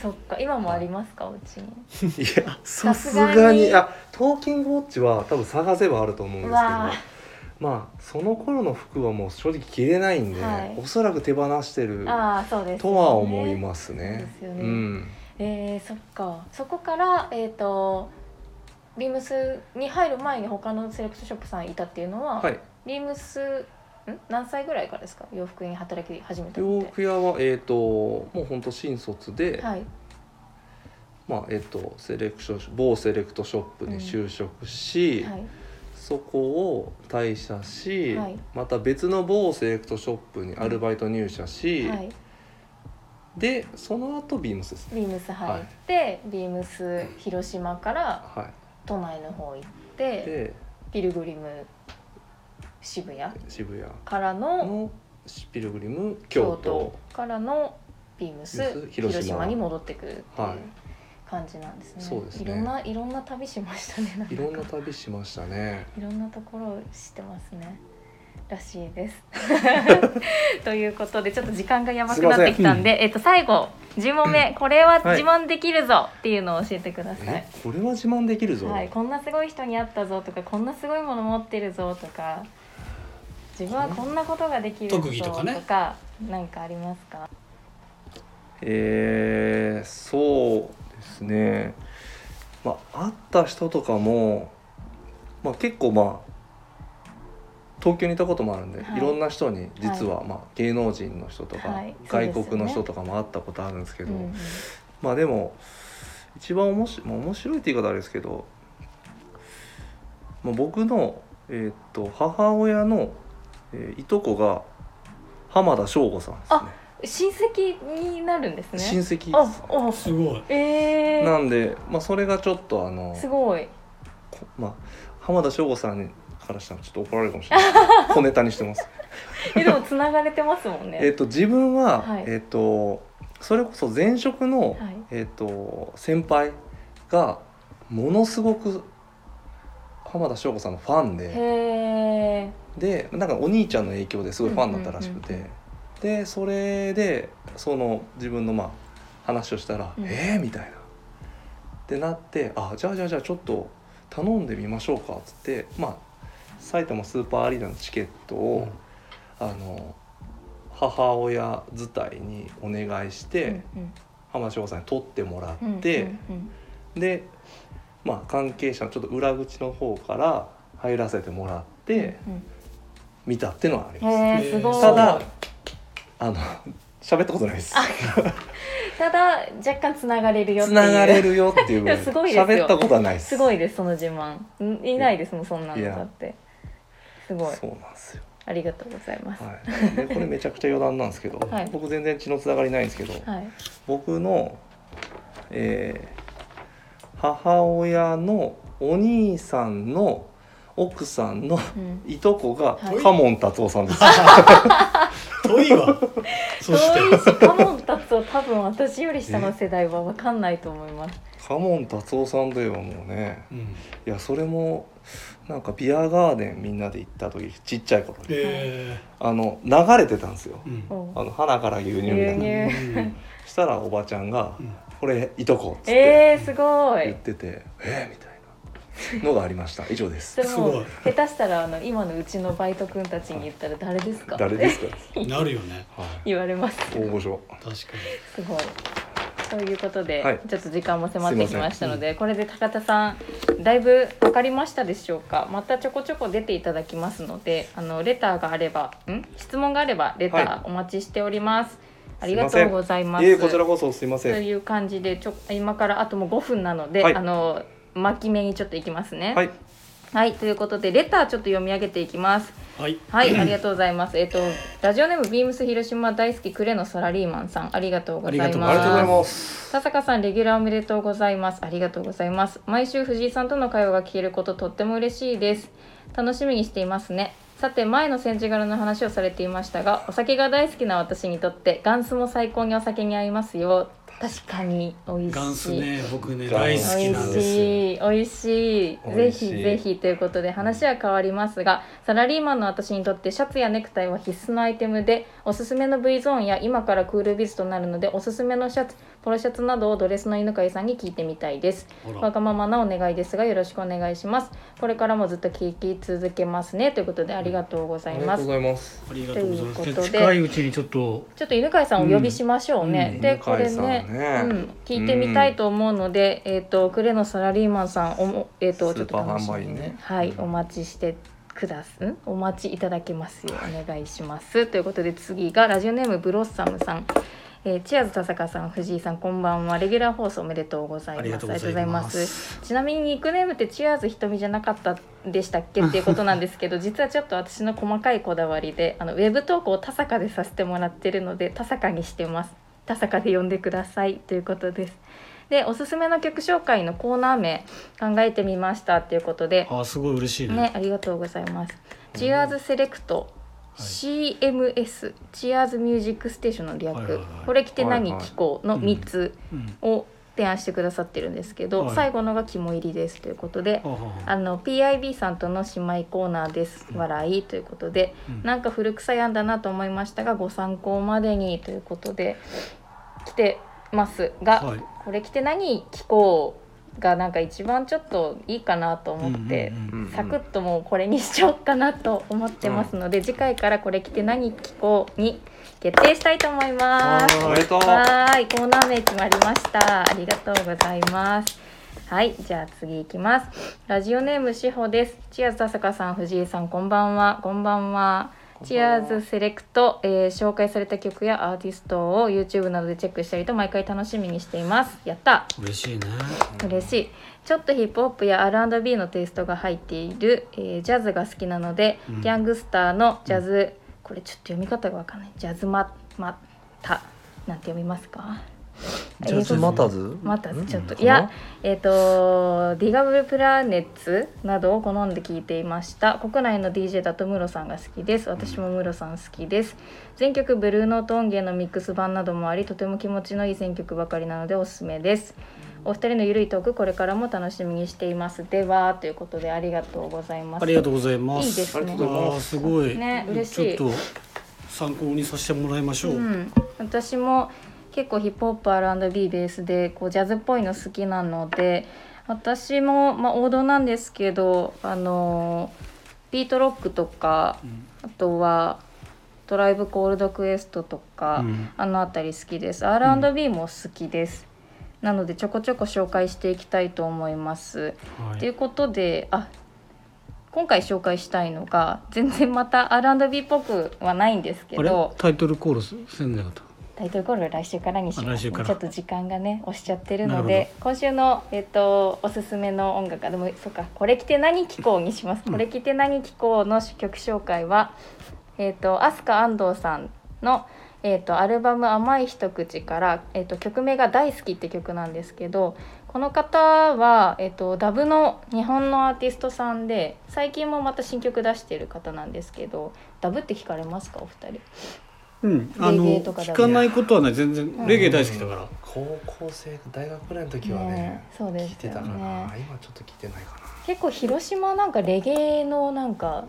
Speaker 1: そっか今もありますかお家に
Speaker 3: いや
Speaker 1: さ
Speaker 3: さ
Speaker 1: す
Speaker 3: す
Speaker 1: がに
Speaker 3: がにあトーキングウォッチは多分探せばあると思うんですけ
Speaker 1: う
Speaker 3: ど
Speaker 1: わ
Speaker 3: まあその頃の服はもう正直着れないんで、
Speaker 1: はい
Speaker 3: おそらく手放してる
Speaker 1: ああそうです、
Speaker 3: とは思いますね
Speaker 1: そうですよね
Speaker 3: ん、
Speaker 1: えー、そっかそこからえっ、とビームスに入る前に他のセレクトショップさんいたっていうのは、
Speaker 3: はい
Speaker 1: ビームスん何歳ぐらいからですか洋服に働き始めたの
Speaker 3: 洋
Speaker 1: って
Speaker 3: 服屋はえっ、ともうほんと新卒で、
Speaker 1: はい
Speaker 3: まあえっ、とセレクション某セレクトショップに就職し、
Speaker 1: はい
Speaker 3: そこを退社し、
Speaker 1: はい
Speaker 3: また別の某セレクトショップにアルバイト入社し、
Speaker 1: はい
Speaker 3: でその後ビームスですね
Speaker 1: ビームス入って、ビームス広島から
Speaker 3: は
Speaker 1: 都内の方行っ
Speaker 3: い
Speaker 1: て
Speaker 3: で
Speaker 1: ピルグリム渋谷
Speaker 3: 渋谷
Speaker 1: からの
Speaker 3: のシピルグリム
Speaker 1: 京
Speaker 3: 京
Speaker 1: 都
Speaker 3: 都
Speaker 1: からのビームス
Speaker 3: ビームス
Speaker 1: 広島
Speaker 3: 広島
Speaker 1: に戻ってくるっていう
Speaker 3: はい
Speaker 1: 感じなんですね。
Speaker 3: そうですね
Speaker 1: いろんないろんな旅しましたね。なんか
Speaker 3: いろんな旅しましたね
Speaker 1: いろんなところを知ってますね。らしいです。 ということでちょっと時間がやばくなってきたんで、えっと最後10問目これは自慢できるぞっていうのを教えてください。
Speaker 3: えこれは自慢できるぞ、
Speaker 1: はい、こんなすごい人に会ったぞとかこんなすごいもの持ってるぞとか自分はこんなことができるぞと
Speaker 4: 特技とかね
Speaker 1: かなんかありますか
Speaker 3: えーそうですねまあ会った人とかも、まあ、結構まあ東京にいたこともあるんで、
Speaker 1: はい
Speaker 3: い、ろんな人に実は、まあ、芸能人の人とか、
Speaker 1: はいそ
Speaker 3: 外
Speaker 1: うですよ
Speaker 3: 国
Speaker 1: ね
Speaker 3: の人とかも会ったことあるんですけ
Speaker 1: う
Speaker 3: ど、
Speaker 1: んうん
Speaker 3: まあでも一番おもし、まあ、面白いって言い方あれですけど、まあ、僕の、えーっと母親の、えーいとこが浜田省吾さんですね
Speaker 1: あ親戚になるんですね
Speaker 3: 親戚
Speaker 1: あ
Speaker 3: です
Speaker 1: お
Speaker 4: すごい
Speaker 1: えー、
Speaker 3: なんで、まあ、それがちょっとあの、
Speaker 1: すごい
Speaker 3: こまあ、浜田省吾さんからしたらちょっと怒られるかもしれないで すけど小ネタにしてます
Speaker 1: えでもつながれてますもんね
Speaker 3: えっと自分は、
Speaker 1: はい
Speaker 3: えっとそれこそ前職の、
Speaker 1: はい
Speaker 3: えっと先輩がものすごく浜田省吾さんのファンで
Speaker 1: へえ
Speaker 3: でなんかお兄ちゃんの影響ですごいファンだったらしくて、
Speaker 1: うんうん
Speaker 3: でそれでその自分のまあ話をしたら「
Speaker 1: うん
Speaker 3: えー?」みたいな。ってなって「あじゃあじゃあじゃあちょっと頼んでみましょうか」っつってまあ埼玉スーパーアリーナのチケットを、あの母親伝いにお願いして、
Speaker 1: うん
Speaker 3: 浜翔さんに取ってもら
Speaker 1: うんうん
Speaker 3: って、
Speaker 1: うん
Speaker 3: でまあ関係者のちょっと裏口の方から入らせてもらって
Speaker 1: うん
Speaker 3: 見たってのはあり
Speaker 1: うん
Speaker 3: ます。
Speaker 1: へえすごい
Speaker 3: ただあの喋ったことないです。
Speaker 1: ただ若干つながれるよっ
Speaker 3: つ
Speaker 1: ていう
Speaker 3: ながれるよっていうぐら
Speaker 1: い
Speaker 3: い
Speaker 1: やすごいですよ
Speaker 3: 喋ったことはないです。
Speaker 1: すごいですその自慢んいないですもんそんなのだってすごい
Speaker 3: そうなんですよ。
Speaker 1: ありがとうございます
Speaker 3: はい。でこれめちゃくちゃ余談なんですけど、
Speaker 1: はい
Speaker 3: 僕全然血のつながりないんですけど、
Speaker 1: はい
Speaker 3: 僕の、えー母親のお兄さんの奥さんの
Speaker 1: うん
Speaker 3: いとこが
Speaker 1: はい
Speaker 3: カモン達夫さんです。
Speaker 4: 遠いわそして
Speaker 1: 遠いしカモン達夫多分私より下の世代は分かんないと思います
Speaker 3: カモン達夫さんといえばもうね、
Speaker 4: うん
Speaker 3: いやそれもなんかビアガーデンみんなで行った時ちっちゃい頃に。
Speaker 4: え
Speaker 3: あの流れてたんですよ
Speaker 4: ーうん
Speaker 1: おう
Speaker 3: あの花から牛乳みたい
Speaker 1: 牛
Speaker 3: な
Speaker 1: 乳
Speaker 3: したらおばちゃんが
Speaker 4: うん
Speaker 3: 「これいとこ」っつって
Speaker 1: えー、すご
Speaker 3: 言
Speaker 1: い
Speaker 3: ってて「えーみたいなのがありました以上で
Speaker 1: そ
Speaker 3: す
Speaker 1: れ
Speaker 4: す
Speaker 1: も
Speaker 4: ご
Speaker 1: う下手したらあの今のうちのバイト君たちに言ったら誰ですか
Speaker 3: 誰ですか、
Speaker 4: いなるよね
Speaker 3: はい、
Speaker 1: 言われます
Speaker 3: 大御所
Speaker 4: 確か
Speaker 1: すごいということで、
Speaker 3: はい
Speaker 1: ちょっと時間も迫ってきましたの
Speaker 3: すいま
Speaker 1: で、これで高田さんだいぶ分かりましたでしょうかまたちょこちょこ出ていただきますのであのレターがあればん質問があればレタ
Speaker 3: は
Speaker 1: ーお待ちしております、ありが
Speaker 3: す
Speaker 1: と
Speaker 3: いませ
Speaker 1: うんございます
Speaker 3: いえこちらこそすいま
Speaker 1: と
Speaker 3: せん
Speaker 1: いう感じでちょ今からあともう5分なので、
Speaker 3: はい
Speaker 1: あの巻き目にちょっといきますね
Speaker 3: はい
Speaker 1: はい、ということでレターちょっと読み上げていきます
Speaker 4: はい
Speaker 1: はい、ありがとうございます。えっと、ラジオネームビームス広島大好きクレのサラリーマンさん、ありがとうございます。
Speaker 4: あり
Speaker 3: ありがとうございます
Speaker 1: 田坂さん、レギュラーおめでとうございます。ありがとうございます。毎週藤井さんとの会話が聞けること、とっても嬉しいです。楽しみにしていますね。さて、前の戦時柄の話をされていましたが、お酒が大好きな私にとって、ガンスも最高にお酒に合いますよ。確かに美味しい。
Speaker 4: ガンスね僕ね
Speaker 3: ガン
Speaker 4: 大
Speaker 3: ス
Speaker 4: 好き
Speaker 1: 美
Speaker 4: なん
Speaker 1: 味
Speaker 4: ですよ
Speaker 1: しい美味しい
Speaker 3: 美
Speaker 1: ぜ
Speaker 3: 味し
Speaker 1: ひ
Speaker 3: い
Speaker 1: ぜひということで話は変わりますがサラリーマンの私にとってシャツやネクタイは必須のアイテムでおすすめの V ゾーンや今からクールビズとなるのでおすすめのシャツポロシャツなどをドレスの犬飼さんに聞いてみたいです
Speaker 4: ほ
Speaker 1: わ
Speaker 4: ら
Speaker 1: がままなお願いですがよろしくお願いしますこれからもずっと聞き続けますねということでありがとうござ
Speaker 3: あ
Speaker 1: い
Speaker 3: り
Speaker 1: ま
Speaker 3: がとう
Speaker 1: す
Speaker 3: ございます
Speaker 4: ありがとうございま
Speaker 1: という
Speaker 4: す
Speaker 1: ことで
Speaker 4: で近いうちにちょっと
Speaker 1: ちょっと犬飼さんをお呼びしましょうね。
Speaker 4: うん
Speaker 1: で
Speaker 3: 犬飼
Speaker 1: これ
Speaker 3: さん
Speaker 1: ね
Speaker 3: ね
Speaker 1: うん、聞いてみたいと思うので、えっ、とクレのサラリーマンさんおもえっ、と
Speaker 3: ス
Speaker 1: ちょっ
Speaker 3: ー
Speaker 1: と
Speaker 3: パー
Speaker 1: 楽しみに、
Speaker 3: 販売ね
Speaker 1: はいお待ちしてくだす。んお待ちいただけますようお願いします。ということで次がラジオネームブロッサムさん。えー、チアーズ田坂さん藤井さんこんばんはレギュラー放送おめでとうございます
Speaker 4: ありがとうございます
Speaker 1: ありがとうございますちなみにニックネームってチアーズ瞳じゃなかったでしたっけっていうことなんですけ ど実はちょっと私の細かいこだわりであのウェブ投稿を田坂でさせてもらってるので田坂にしてます田坂で呼んでくださいということですでおすすめの曲紹介のコーナー名考えてみましたっていうことで
Speaker 4: あーすごい嬉しいね
Speaker 1: ね、ありがとうございます。チアーズセレクト、
Speaker 4: い
Speaker 1: CMS チアーズミュージックステーションの略、
Speaker 4: はいはいはい
Speaker 1: これ着て何
Speaker 3: はいはい
Speaker 1: 聞こうの
Speaker 4: うん
Speaker 1: 3つ
Speaker 4: うん
Speaker 1: を提案してくださってるんですけど、
Speaker 4: はい
Speaker 1: 最後のが肝入りですということで
Speaker 4: は。あはあ
Speaker 1: あの PIB さんとの姉妹コーナーです
Speaker 4: うん
Speaker 1: 笑いということで、
Speaker 4: うん
Speaker 1: なんか古臭い案だなと思いましたがご参考までにということで来てますが、
Speaker 4: はい
Speaker 1: これ着て何聞こうがなんか一番ちょっといいかなと思って、
Speaker 4: うんうんうん
Speaker 3: うんうん
Speaker 1: サクッともうこれにしようかなと思ってますので、次回からこれ着て何聞こうに決定したいと思います。
Speaker 3: おめでとう
Speaker 1: はーい、コーナー名決まりました。ありがとうございます。はい、じゃあ次いきます。ラジオネームしほです。チアーズ田坂さん、藤井さん、こんばんは。こんばんは。チアーズセレクト、えー紹介された曲やアーティストを YouTube などでチェックしたりと毎回楽しみにしています。やった
Speaker 4: 嬉しいね
Speaker 1: 嬉しいちょっとヒップホップや R&B のテイストが入っている、えージャズが好きなので、
Speaker 4: うん
Speaker 1: ギャングスターのジャズ、これちょっと読み方がわかんないジャズママタなんて読みますか
Speaker 4: ジャズマタズ
Speaker 1: マタズちょっと、
Speaker 3: うん
Speaker 1: いやえっ、とディガブルプラネッツなどを好んで聞いていました国内の DJ だとムロさんが好きです私もムロさん好きです全曲ブルーノート音源のミックス版などもありとても気持ちのいい選曲ばかりなのでおすすめですお二人のゆるいトークこれからも楽しみにしていますではということでありがとうございます
Speaker 4: ありがとうございます
Speaker 1: いいですねありが
Speaker 4: あ
Speaker 1: とうござい
Speaker 4: ーすごい
Speaker 1: ね嬉しい
Speaker 4: ちょっと参考にさせてもらいましょう、
Speaker 1: うん、私も結構ヒップホップ R&B ベースでこうジャズっぽいの好きなので私も、まあ、王道なんですけどあのビートロックとか
Speaker 4: うん
Speaker 1: あとはドライブコールドクエストとか、
Speaker 4: うん
Speaker 1: あのあたり好きです R&B も好きです、なのでちょこちょこ紹介していきたいと思います。
Speaker 4: は
Speaker 1: ということであ今回紹介したいのが全然また R&B っぽくはないんですけ
Speaker 4: あれ
Speaker 1: ど
Speaker 4: タイトルコールすせんなかった
Speaker 1: タイトルコールは来週からにしま
Speaker 4: あ来
Speaker 1: す、
Speaker 4: 週から
Speaker 1: ちょっと時間がね押しちゃってるの
Speaker 4: なる
Speaker 1: で今週の、えっとおすすめの音楽あでもそっか「これ着て何聴こう」にします「
Speaker 4: うん
Speaker 1: これ着て何聴こう」の曲紹介は、えっと飛鳥安藤さんの、えっとアルバム「甘い一口」から、えっと曲名が「大好き」って曲なんですけどこの方は、えっとダブの日本のアーティストさんで最近もまた新曲出してる方なんですけどダブって聞かれますかお二人。
Speaker 4: うんあ
Speaker 1: レゲエ
Speaker 4: の
Speaker 1: とかだ
Speaker 4: 聞
Speaker 1: ね
Speaker 4: かないことはない全然
Speaker 1: ん
Speaker 4: レゲエ大好きだから、
Speaker 3: 高校生大学ぐらいの時はね
Speaker 1: ねそうですよね
Speaker 3: 聞いてたかな今ちょっと聞いてないか
Speaker 1: 結構広島なんかレゲエのなんか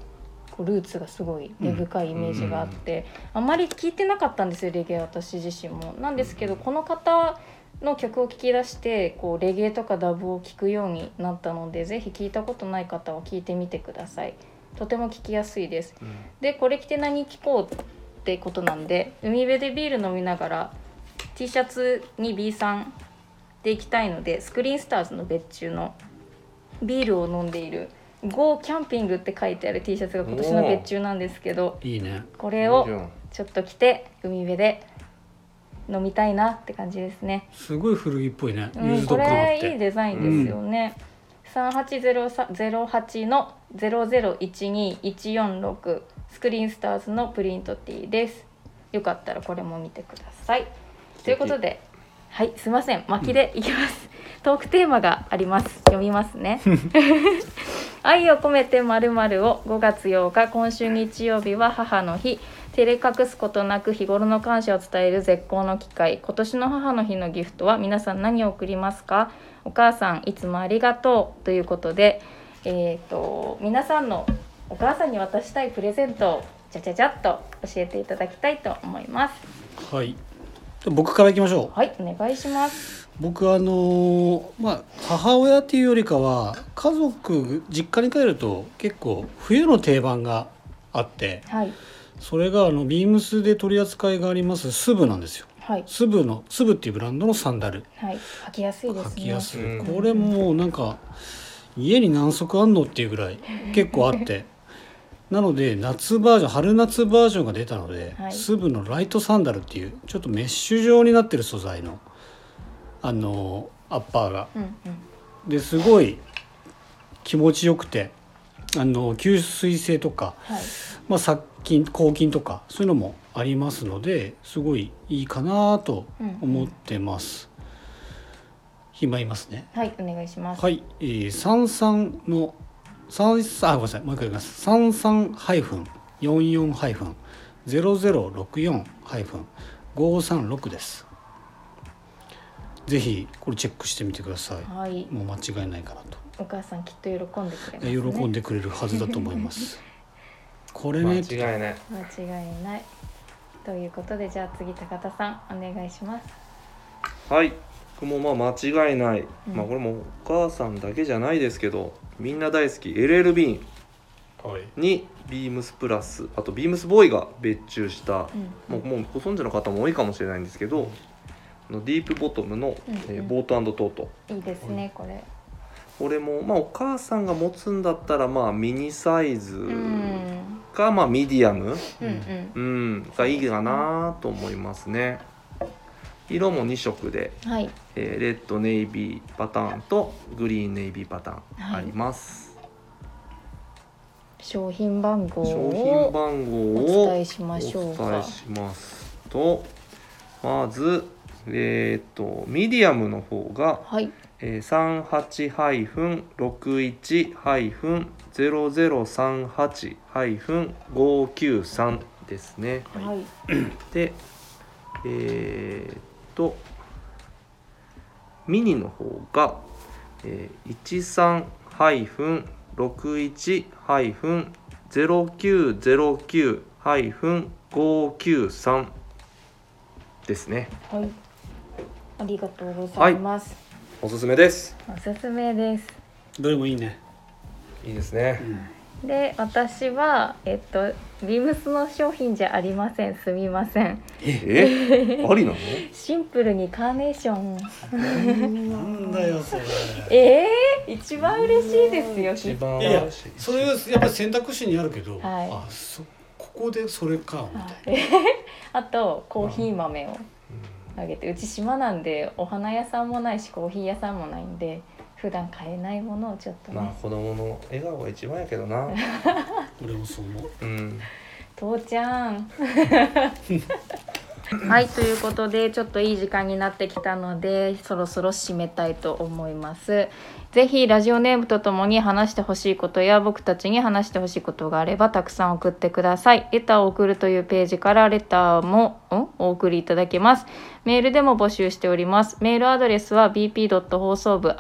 Speaker 1: こうルーツがすごい根深いイメージがあって、あまり聞いてなかったんですよレゲエ私自身も。なんですけどこの方の曲を聴き出してこうレゲエとかダブを聴くようになったのでぜひ聞いたことない方は聞いてみてください。とても聞きやすいです。
Speaker 3: な、
Speaker 1: でこれ着て何着こうってことなんで海辺でビール飲みながら T シャツに B さんでいきたいのでスクリーンスターズの別注のビールを飲んでいる「GO キャンピング」って書いてある T シャツが今年の別注なんですけど
Speaker 4: いいね
Speaker 1: これ
Speaker 3: いいじゃ
Speaker 1: を
Speaker 3: ん
Speaker 1: ちょっと着て海辺で飲みたいなって感じですね。
Speaker 4: すごい古着っぽいね、
Speaker 1: う
Speaker 4: ユー
Speaker 1: ん、
Speaker 4: ズ
Speaker 1: こ
Speaker 4: ド感あっ
Speaker 1: れ
Speaker 4: て
Speaker 1: いいデザインですよね。三八ゼロゼロ八のゼロゼロ一二一四六スクリーンスターズのプリント T です。よかったらこれも見てください。ということで、はい、すいません、巻きでいきます。トークテーマがあります。読みます ね。愛を込めてまるまるを5月8日今週日曜日は母の日照れ隠すことなく日頃の感謝を伝える絶好の機会今年の母の日のギフトは皆さん何を贈りますかお母さんいつもありがとうということでえっ、と皆さんのお母さんに渡したいプレゼントをじゃじゃじゃっと教えていただきたいと思います
Speaker 4: はいで僕からいきましょう
Speaker 1: はいお願いします
Speaker 4: 僕あのーまあ母親っていうよりかは家族実家に帰ると結構冬の定番があって
Speaker 1: はい
Speaker 4: それがあのビームスで取り扱いがありますスブなんですよ
Speaker 1: はい
Speaker 4: スブのスブっていうブランドのサンダル
Speaker 1: はい履きやすいですね
Speaker 4: 履きやすい、
Speaker 3: うん
Speaker 4: これもうなんか家に何足あんのっていうぐらい結構あってなので夏バージョン春夏バージョンが出たので、
Speaker 1: はい
Speaker 4: スブのライトサンダルっていうちょっとメッシュ状になってる素材のあのアッパーが
Speaker 1: うんうん
Speaker 4: ですごい気持ちよくてあの吸水性とか、
Speaker 1: はい
Speaker 4: まあ、殺菌抗菌とかそういうのもありますのですごいいいかなと思ってます、暇いますね
Speaker 1: はいお願いします
Speaker 4: はい、えー、33の33あごめんなさいもう一回言います33ハイフン44ハイフン0064ハイフン536ですぜひこれチェックしてみてください
Speaker 1: はい
Speaker 4: もう間違いないかなと
Speaker 1: お母さんきっと喜んでくれます、ね、
Speaker 4: 喜んでくれるはずだと思います これ
Speaker 3: 間
Speaker 4: ね
Speaker 3: 違いない
Speaker 1: 間違いないということでじゃあ次高田さんお願いします
Speaker 3: はい僕もまあ間違いない、
Speaker 1: うん
Speaker 3: まあこれもお母さんだけじゃないですけどみんな大好き LL ビーン
Speaker 4: はい
Speaker 3: にビームスプラスあとビームスボーイが別注した、
Speaker 1: うん
Speaker 3: もうもうご存知の方も多いかもしれないんですけどあのディープボトムの、
Speaker 1: うん
Speaker 3: えー
Speaker 1: うん
Speaker 3: ボートトート
Speaker 1: いいですねこれ
Speaker 3: これも、まあ、お母さんが持つんだったらまあミニサイズ
Speaker 1: うんうん
Speaker 3: か、まあ、ミディアム、
Speaker 1: うんうん
Speaker 3: うん、がいいかなと思いますね色も2色で、
Speaker 1: はい
Speaker 3: えーレッドネイビーパターンとグリーンネイビーパターン
Speaker 1: は
Speaker 3: あ
Speaker 1: い
Speaker 3: ります、
Speaker 1: 商品番号
Speaker 3: 商品
Speaker 1: を
Speaker 3: 番号を
Speaker 1: お伝えしましょう
Speaker 3: お伝え
Speaker 1: か
Speaker 3: しますとまずえっ、とミディアムの方が、
Speaker 1: はい
Speaker 3: えー、38-61-0038-593ですね
Speaker 1: はい
Speaker 3: でえーっとミニの方が、えー、13-61-0909-593ですね
Speaker 1: はいありがとうございます、
Speaker 3: おすすめです
Speaker 1: おすすめです
Speaker 4: どれもいいね、
Speaker 3: いいですね
Speaker 1: で私はえっとビームスの商品じゃありませんすみません
Speaker 3: え ありなの
Speaker 1: シンプルにカーネーション
Speaker 4: なんだよそれ
Speaker 1: ええー、一番嬉しいですよきっと
Speaker 3: 番
Speaker 4: いやいやそれはやっぱり選択肢にあるけど、
Speaker 1: はい
Speaker 4: あそここでそれかみたいな
Speaker 1: はい あとコーヒー豆をあげてうち島なんでお花屋さんもないしコーヒー屋さんもないんで普段買えないものをちょっと
Speaker 3: まあ
Speaker 1: ね
Speaker 3: 子供の笑顔が一番やけどな
Speaker 4: 俺もそう思う
Speaker 3: うん
Speaker 1: 父ちゃんはいということでちょっといい時間になってきたのでそろそろ締めたいと思いますぜひラジオネームとともに話してほしいことや僕たちに話してほしいことがあればたくさん送ってくださいレターを送るというページからレターもんお送りいただけますメールでも募集しておりますメールアドレスは bp. 放送部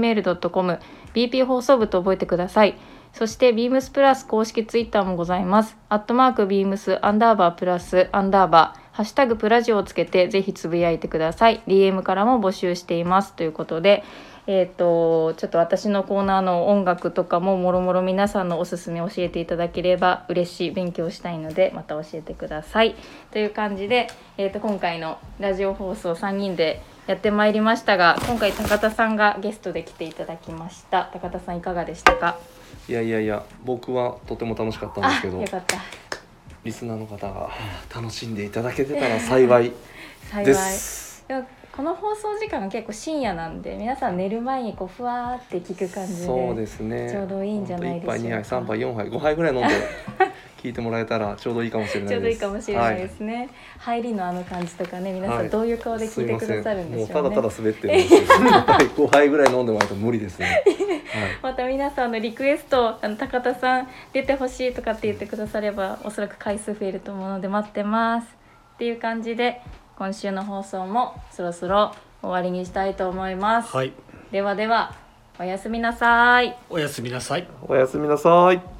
Speaker 1: .gmail.com bp 放送部と覚えてくださいそして beams プラス公式ツイッターもございます。アットマーク beams アンダーバープラスアンダーバーハッシュタグプラジオをつけてぜひつぶやいてください。DM からも募集していますということで、えっ、とちょっと私のコーナーの音楽とかももろもろ皆さんのおすすめ教えていただければ嬉しい勉強したいのでまた教えてくださいという感じで、えー、と今回のラジオ放送3人でやってまいりましたが今回高田さんがゲストで来ていただきました高田さんいかがでしたか
Speaker 3: いやいやいや僕はとても楽しかったんです
Speaker 1: あ
Speaker 3: けど
Speaker 1: よかった
Speaker 3: リスナーの方が楽しんでいただけてたら幸 い
Speaker 1: 幸い
Speaker 3: です。
Speaker 1: でもこの放送時間が結構深夜なんで皆さん寝る前にこうふわーって聞く感じで
Speaker 3: そうですね。
Speaker 1: ちょうどいいんじゃないでしょうか
Speaker 3: ほんと一杯二杯三杯四杯五杯ぐらい飲んで聞いてもらえたらちょうどいいかもしれないです。
Speaker 1: ちょうどいいかもしれない
Speaker 3: は
Speaker 1: ですね、入りのあの感じとかね皆さ
Speaker 3: は
Speaker 1: ん
Speaker 3: い
Speaker 1: どういう顔で聞いてくださるんでしょうね、
Speaker 3: すいませんもうただただ滑ってる んですけどはい5杯ぐらい飲んでもらえると無理ですね、
Speaker 1: また皆さんのリクエストあの高田さん出てほしいとかって言ってくださればおそらく回数増えると思うので待ってますっていう感じで今週の放送もそろそろ終わりにしたいと思います、
Speaker 4: はい
Speaker 1: ではではおやすみなさい
Speaker 4: おやすみなさい
Speaker 3: はい、おやすみなさい